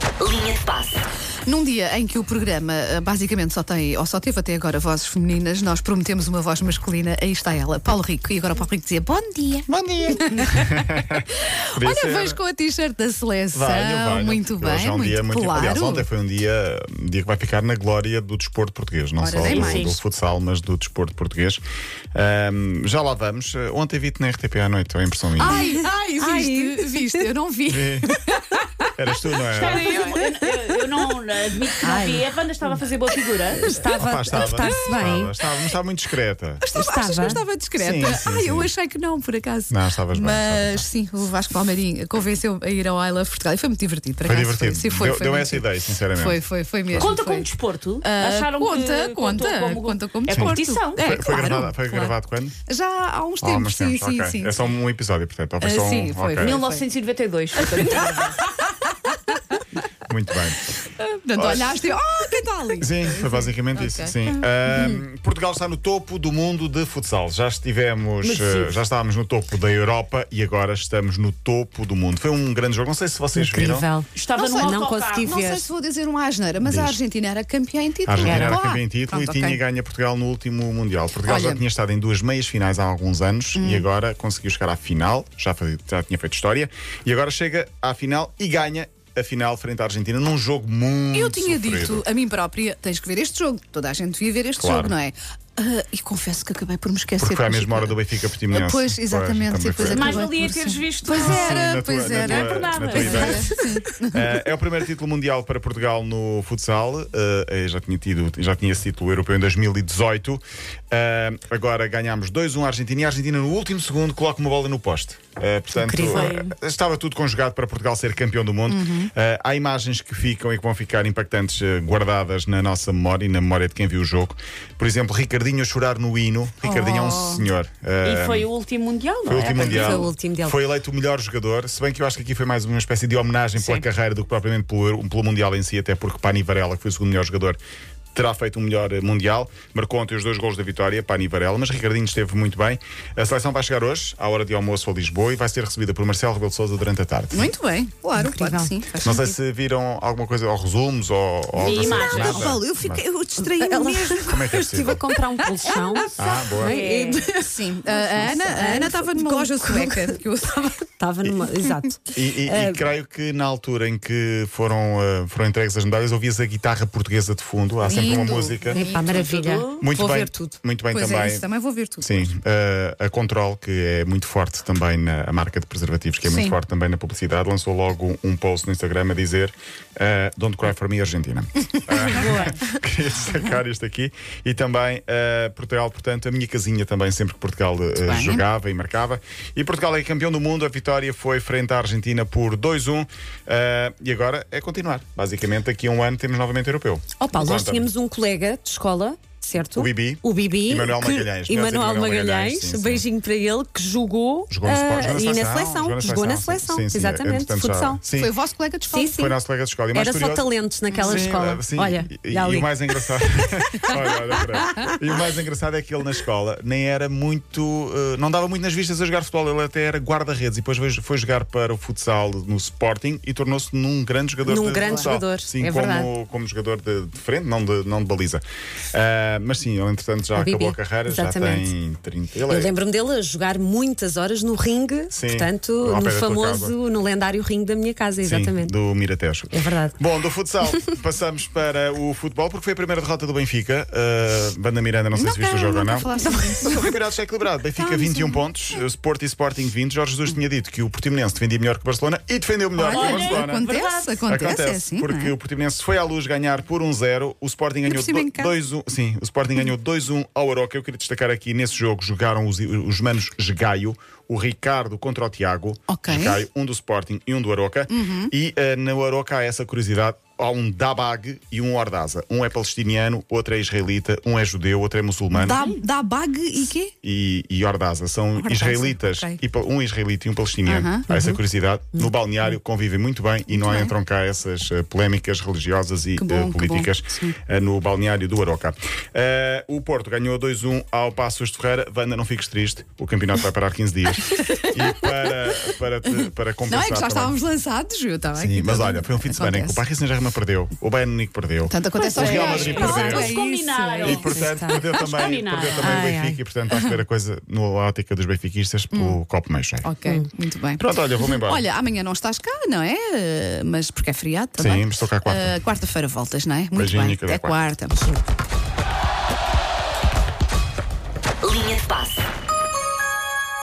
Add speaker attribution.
Speaker 1: se passe.
Speaker 2: Num dia em que o programa ah, basicamente só tem, ou só teve até agora, vozes femininas, nós prometemos uma voz masculina, aí está ela, Paulo Rico. E agora o Paulo Rico dizia bom dia.
Speaker 3: Bom dia! Podia
Speaker 2: Olha,
Speaker 3: ser.
Speaker 2: vejo com a t-shirt da seleção.
Speaker 3: Valho, valho.
Speaker 2: Muito bem,
Speaker 3: Hoje é um
Speaker 2: muito,
Speaker 3: dia
Speaker 2: claro.
Speaker 3: Aliás, ontem foi um dia, um dia que vai ficar na glória do desporto português, não
Speaker 2: Ora,
Speaker 3: só
Speaker 2: nem
Speaker 3: do,
Speaker 2: mais.
Speaker 3: do futsal, mas do desporto português. Ahm, já lá vamos. Eh, Ontem vi-te na RTP à noite, a impressão minha.
Speaker 2: Ai, ai, viste, viste, eu não vi.
Speaker 3: Vi.
Speaker 2: Ah!
Speaker 3: Eras tu, não é?
Speaker 4: Estava a
Speaker 3: era?
Speaker 4: fazer uma- eu, eu não admito que não
Speaker 5: Ai.
Speaker 4: vi. A banda estava a fazer boa figura.
Speaker 5: Estava
Speaker 3: Opa,
Speaker 5: a
Speaker 3: estava,
Speaker 5: portar-se
Speaker 3: estava,
Speaker 5: bem.
Speaker 3: estava, mas estava muito discreta.
Speaker 2: Estava, achas que eu
Speaker 5: Estava?
Speaker 2: estava discreta?
Speaker 3: Sim, sim,
Speaker 2: Ai, eu
Speaker 3: sim.
Speaker 2: achei que não, por acaso.
Speaker 3: Não, estavas bem,
Speaker 2: Mas
Speaker 3: estavas
Speaker 2: sim, o Vasco Palmeirim convenceu a ir ao I Love Portugal e foi muito divertido. Por
Speaker 3: Foi
Speaker 2: acaso
Speaker 3: divertido.
Speaker 2: Sim, foi,
Speaker 3: Deu-
Speaker 2: foi
Speaker 3: deu
Speaker 2: muito
Speaker 3: essa
Speaker 2: divertido.
Speaker 3: ideia, sinceramente.
Speaker 2: Foi, foi, foi mesmo.
Speaker 4: Conta
Speaker 2: foi.
Speaker 4: como desporto.
Speaker 2: Ah,
Speaker 4: Acharam
Speaker 2: conta,
Speaker 4: que
Speaker 2: conta,
Speaker 4: contou como,
Speaker 2: conta como
Speaker 4: É
Speaker 2: desporto.
Speaker 4: competição.
Speaker 2: É,
Speaker 3: foi, foi
Speaker 2: claro,
Speaker 3: gravado, foi
Speaker 2: claro.
Speaker 3: gravado quando?
Speaker 2: Já há uns
Speaker 3: Há
Speaker 2: tempos,
Speaker 3: uns
Speaker 2: sim,
Speaker 3: tempos,
Speaker 2: sim,
Speaker 3: ok.
Speaker 2: sim.
Speaker 3: É só um episódio, portanto. ou foi
Speaker 2: Ah,
Speaker 3: só um-
Speaker 2: sim, foi,
Speaker 3: ok.
Speaker 2: foi.
Speaker 4: 1992. portanto.
Speaker 3: Muito bem.
Speaker 2: Portanto, olhaste e oh, quem está ali?
Speaker 3: Sim, foi basicamente isso.
Speaker 2: Ok. Uhum.
Speaker 3: Sim. Ahm, Portugal está no topo do mundo de futsal. Já estivemos,
Speaker 4: Mas
Speaker 3: eh,
Speaker 4: sim.
Speaker 3: já estávamos no topo da Europa e agora estamos no topo do mundo. Foi um grande jogo. Não sei se vocês viram.
Speaker 5: Incrível.
Speaker 4: Estava
Speaker 2: Não
Speaker 4: num
Speaker 2: sei, não
Speaker 4: autocarro.
Speaker 5: consegui
Speaker 2: Não sei
Speaker 5: Vês.
Speaker 2: se vou dizer um asneira, mas a
Speaker 3: Diz.
Speaker 2: Argentina era campeã em título.
Speaker 3: A Argentina era
Speaker 2: Lá.
Speaker 3: campeã em título e
Speaker 2: Pronto,
Speaker 3: tinha
Speaker 2: ok.
Speaker 3: ganho a Portugal no último Mundial. Portugal já
Speaker 2: Olha. Hum.
Speaker 3: tinha estado em duas meias finais há alguns anos e agora conseguiu chegar à final, já, foi- já tinha feito história, e agora chega à final e ganha a final frente à Argentina num jogo muito.
Speaker 2: Eu tinha
Speaker 3: sofrido.
Speaker 2: dito a mim própria: tens que ver este jogo. Toda a gente devia ver este
Speaker 3: Claro.
Speaker 2: jogo, não é? Ah, e confesso que acabei por me esquecer.
Speaker 3: Porque foi à
Speaker 2: mas-
Speaker 3: mesma hora do Benfica Portimonense.
Speaker 2: Pois, exatamente,
Speaker 3: também
Speaker 2: sim, pois é.
Speaker 3: foi.
Speaker 4: Mais
Speaker 2: Acabei
Speaker 4: valia
Speaker 2: por
Speaker 4: teres
Speaker 2: ser.
Speaker 4: visto.
Speaker 2: Pois
Speaker 3: na
Speaker 2: era,
Speaker 3: tua-
Speaker 2: pois
Speaker 3: na
Speaker 2: era.
Speaker 3: tua-
Speaker 4: É verdade.
Speaker 3: na tua
Speaker 4: Pois
Speaker 3: ideia.
Speaker 4: é.
Speaker 3: Eh, é o primeiro título mundial para Portugal no futsal. Eh, eh, já, tinha tido, já tinha esse título europeu em 2018. Eh, agora ganhámos 2-1 à Argentina e a Argentina, no último segundo, coloca uma bola no poste. Eh, portanto,
Speaker 4: Incrível. Uhum.
Speaker 3: eh, estava tudo conjugado para Portugal ser campeão do mundo. Eh, há imagens que ficam e que vão ficar impactantes eh, guardadas na nossa memória e na memória de quem viu o jogo. Por exemplo, Ricardinho a chorar no hino. Ricardinho é
Speaker 4: Oh.
Speaker 3: um senhor. Eh,
Speaker 4: E foi o último mundial, não
Speaker 3: foi o
Speaker 4: é?
Speaker 3: último mundial.
Speaker 5: Foi o último dele.
Speaker 3: Foi eleito o melhor jogador, se bem que eu acho que aqui foi mais uma espécie de homenagem pela carreira do que propriamente pelo, Euro- pelo Mundial em si, até porque Pani Varela, que foi o segundo melhor jogador, terá feito um melhor eh, Mundial. Marcou ontem os dois gols da vitória, Pani Varela, mas Ricardinho esteve muito bem. A seleção vai chegar hoje, à hora de almoço a Lisboa, e vai ser recebida por Marcelo Rebelo de Sousa durante a tarde.
Speaker 2: Muito bem, claro, claro que sim. faz
Speaker 3: Não sei
Speaker 2: sentido. Ah,
Speaker 3: se viram alguma coisa, ou resumos, ou... ou
Speaker 4: Vi
Speaker 3: não sei,
Speaker 4: imagens.
Speaker 3: nada.
Speaker 4: Nada,
Speaker 6: Paulo, eu, fiquei, eu distraí
Speaker 5: Ela-
Speaker 6: mesmo.
Speaker 3: Como é que é
Speaker 5: Estive a
Speaker 3: possível?
Speaker 5: comprar um colchão. é?
Speaker 3: Ah, boa.
Speaker 5: E-
Speaker 2: Sim, a Ah, Ana, a Ana estava numa loja sueca que eu estava.
Speaker 5: Estava numa. Exato.
Speaker 3: E, e- e creio que na altura em que foram, eh, foram entregues as medalhas, ouvias a guitarra portuguesa de fundo. Há sempre uma
Speaker 2: Lindo.
Speaker 3: música.
Speaker 5: Epá, maravilha.
Speaker 3: Muito
Speaker 5: Vou
Speaker 3: bem.
Speaker 5: ver tudo.
Speaker 3: Muito bem
Speaker 2: pois é,
Speaker 3: também.
Speaker 2: isso também vou ver tudo.
Speaker 3: Sim, eh, a Control, que é muito forte também na a marca de preservativos, que é muito
Speaker 2: Sim.
Speaker 3: forte também na publicidade, lançou logo um post no Instagram a dizer eh, Don't cry for me, Argentina. Ah, Queria destacar isto aqui. E também eh, Portugal, portanto, a minha casinha também, sempre que Portugal eh,
Speaker 2: bem.
Speaker 3: jogava e marcava. E Portugal é campeão do mundo, a vitória foi frente à Argentina por 2-1. eh, e agora é continuar. Basicamente, daqui a um ano temos novamente europeu.
Speaker 5: Ó Paulo, nós
Speaker 3: Conta-me.
Speaker 5: tínhamos um colega de escola, certo?
Speaker 3: O Bibi.
Speaker 5: O Bibi.
Speaker 3: Emanuel
Speaker 5: que-
Speaker 3: Magalhães.
Speaker 5: Emanuel
Speaker 3: Emanuel Magalhães,
Speaker 5: Magalhães.
Speaker 3: sim, sim.
Speaker 5: Beijinho para ele que jogou.
Speaker 3: Jogou no
Speaker 5: ah,
Speaker 3: Sport, jogou
Speaker 5: e na seleção. Jogou na seleção.
Speaker 3: Sim, sim,
Speaker 5: Exatamente.
Speaker 3: entretanto, já-
Speaker 5: Futsal.
Speaker 3: Sim,
Speaker 2: Foi o vosso colega de escola.
Speaker 5: Sim, sim.
Speaker 3: Foi nosso colega de escola. E o mais
Speaker 5: Era só
Speaker 3: curioso-
Speaker 5: talentos naquela
Speaker 3: Sim,
Speaker 5: escola.
Speaker 3: era- sim.
Speaker 5: Olha,
Speaker 3: e,
Speaker 5: já
Speaker 3: e
Speaker 5: li.
Speaker 3: o mais engraçado. Olha, olha, peraí. e o mais engraçado é que ele na escola nem era muito. eh, não dava muito nas vistas a jogar futebol. Ele até era guarda-redes e depois veio- foi jogar para o futsal no Sporting e tornou-se num grande jogador
Speaker 5: Num
Speaker 3: de
Speaker 5: grande
Speaker 3: futsal.
Speaker 5: jogador,
Speaker 3: Sim,
Speaker 5: é
Speaker 3: como,
Speaker 5: verdade.
Speaker 3: como jogador de, de frente, não de, não de baliza. Ah, mas sim, ele entretanto já
Speaker 5: O
Speaker 3: acabou
Speaker 5: Bibi,
Speaker 3: a carreira,
Speaker 5: exatamente.
Speaker 3: já tem 30.
Speaker 5: Eu
Speaker 3: é-
Speaker 5: lembro-me dele a jogar muitas horas no ringue,
Speaker 3: Sim,
Speaker 5: portanto,
Speaker 3: ao pé
Speaker 5: no
Speaker 3: da tua
Speaker 5: famoso,
Speaker 3: casa.
Speaker 5: no lendário ringue da minha casa,
Speaker 3: Sim,
Speaker 5: exatamente.
Speaker 3: do Miratejo.
Speaker 5: É verdade.
Speaker 3: Bom, do futsal passamos para o futebol, porque foi a primeira derrota do Benfica. Uh, Banda Miranda, não sei se viste o jogo ou não.
Speaker 2: falar sobre isso.
Speaker 3: O campeonato está equilibrado. Benfica 21 pontos, Sport e Sporting 20. Jorge Jesus tinha dito que o Portimonense defendia melhor que o Barcelona e defendeu melhor que o
Speaker 4: Olha,
Speaker 3: Barcelona.
Speaker 2: Acontece,
Speaker 4: Verdade.
Speaker 2: acontece, é assim. não é?
Speaker 3: porque o Portimonense foi à luz ganhar por 1-0, o Sporting ganhou
Speaker 2: por cima em casa.
Speaker 3: 2-1. Sim, o Sporting ganhou 2-1 ao Aroca. Eu queria destacar aqui nesse jogo jogaram os, os manos Gaio, o Ricardo contra o Tiago,
Speaker 2: Ok. Uhum.
Speaker 3: Gaio, um do Sporting e um do Aroca. E eh, no Aroca há essa curiosidade. Há um Dabag e um Ordaza. Um é palestiniano, outro é israelita, um é judeu, outro é muçulmano
Speaker 2: Dá, dá bag e quê?
Speaker 3: e, e Ordaza. São
Speaker 2: Ordaza,
Speaker 3: israelitas,
Speaker 2: ok.
Speaker 3: e pa- um israelita e um palestiniano.
Speaker 2: Aham, Uhum.
Speaker 3: Há essa curiosidade. No balneário convivem muito bem e não entram cá essas eh, polémicas religiosas e
Speaker 2: Que bom,
Speaker 3: eh,
Speaker 2: que bom.
Speaker 3: políticas
Speaker 2: Sim.
Speaker 3: eh, no balneário do Aroca. um Eh, o Porto ganhou 2-1 ao Passos de Ferreira. Vanda, não fiques triste. O campeonato vai parar 15 dias. Inês. E para, para, te- para compensar.
Speaker 2: Não é que já
Speaker 3: também.
Speaker 2: estávamos lançados, eu estava
Speaker 3: Sim,
Speaker 2: aqui
Speaker 3: mas
Speaker 2: toda-
Speaker 3: olha, foi um fim de semana em que o
Speaker 2: Acontece.
Speaker 3: Paris Saint-Germain perdeu, o Bayern Munique perdeu.
Speaker 2: Portanto, acontece aos
Speaker 3: O Real
Speaker 2: gajos.
Speaker 3: Madrid
Speaker 2: Pronto,
Speaker 3: perdeu.
Speaker 2: é isso,
Speaker 4: Combinaram.
Speaker 2: é
Speaker 3: E
Speaker 2: isso.
Speaker 3: portanto, perdeu também,
Speaker 4: combinado.
Speaker 3: perdeu também
Speaker 5: Ai,
Speaker 3: o
Speaker 5: ai.
Speaker 3: Benfica e portanto acho que ver a coisa na ótica dos benfiquistas pelo copo meio cheio.
Speaker 2: Ok, muito bem.
Speaker 3: Hum. Pronto, olha, vou-me embora.
Speaker 2: Olha, amanhã não estás cá, não é? Eh, Mas porque é feriado
Speaker 3: Sim,
Speaker 2: também.
Speaker 3: estou cá quarta.
Speaker 2: Eh, Quarta-feira voltas, não é? Muito
Speaker 3: Beijinho e
Speaker 2: bem.
Speaker 3: cada
Speaker 2: Até quarta.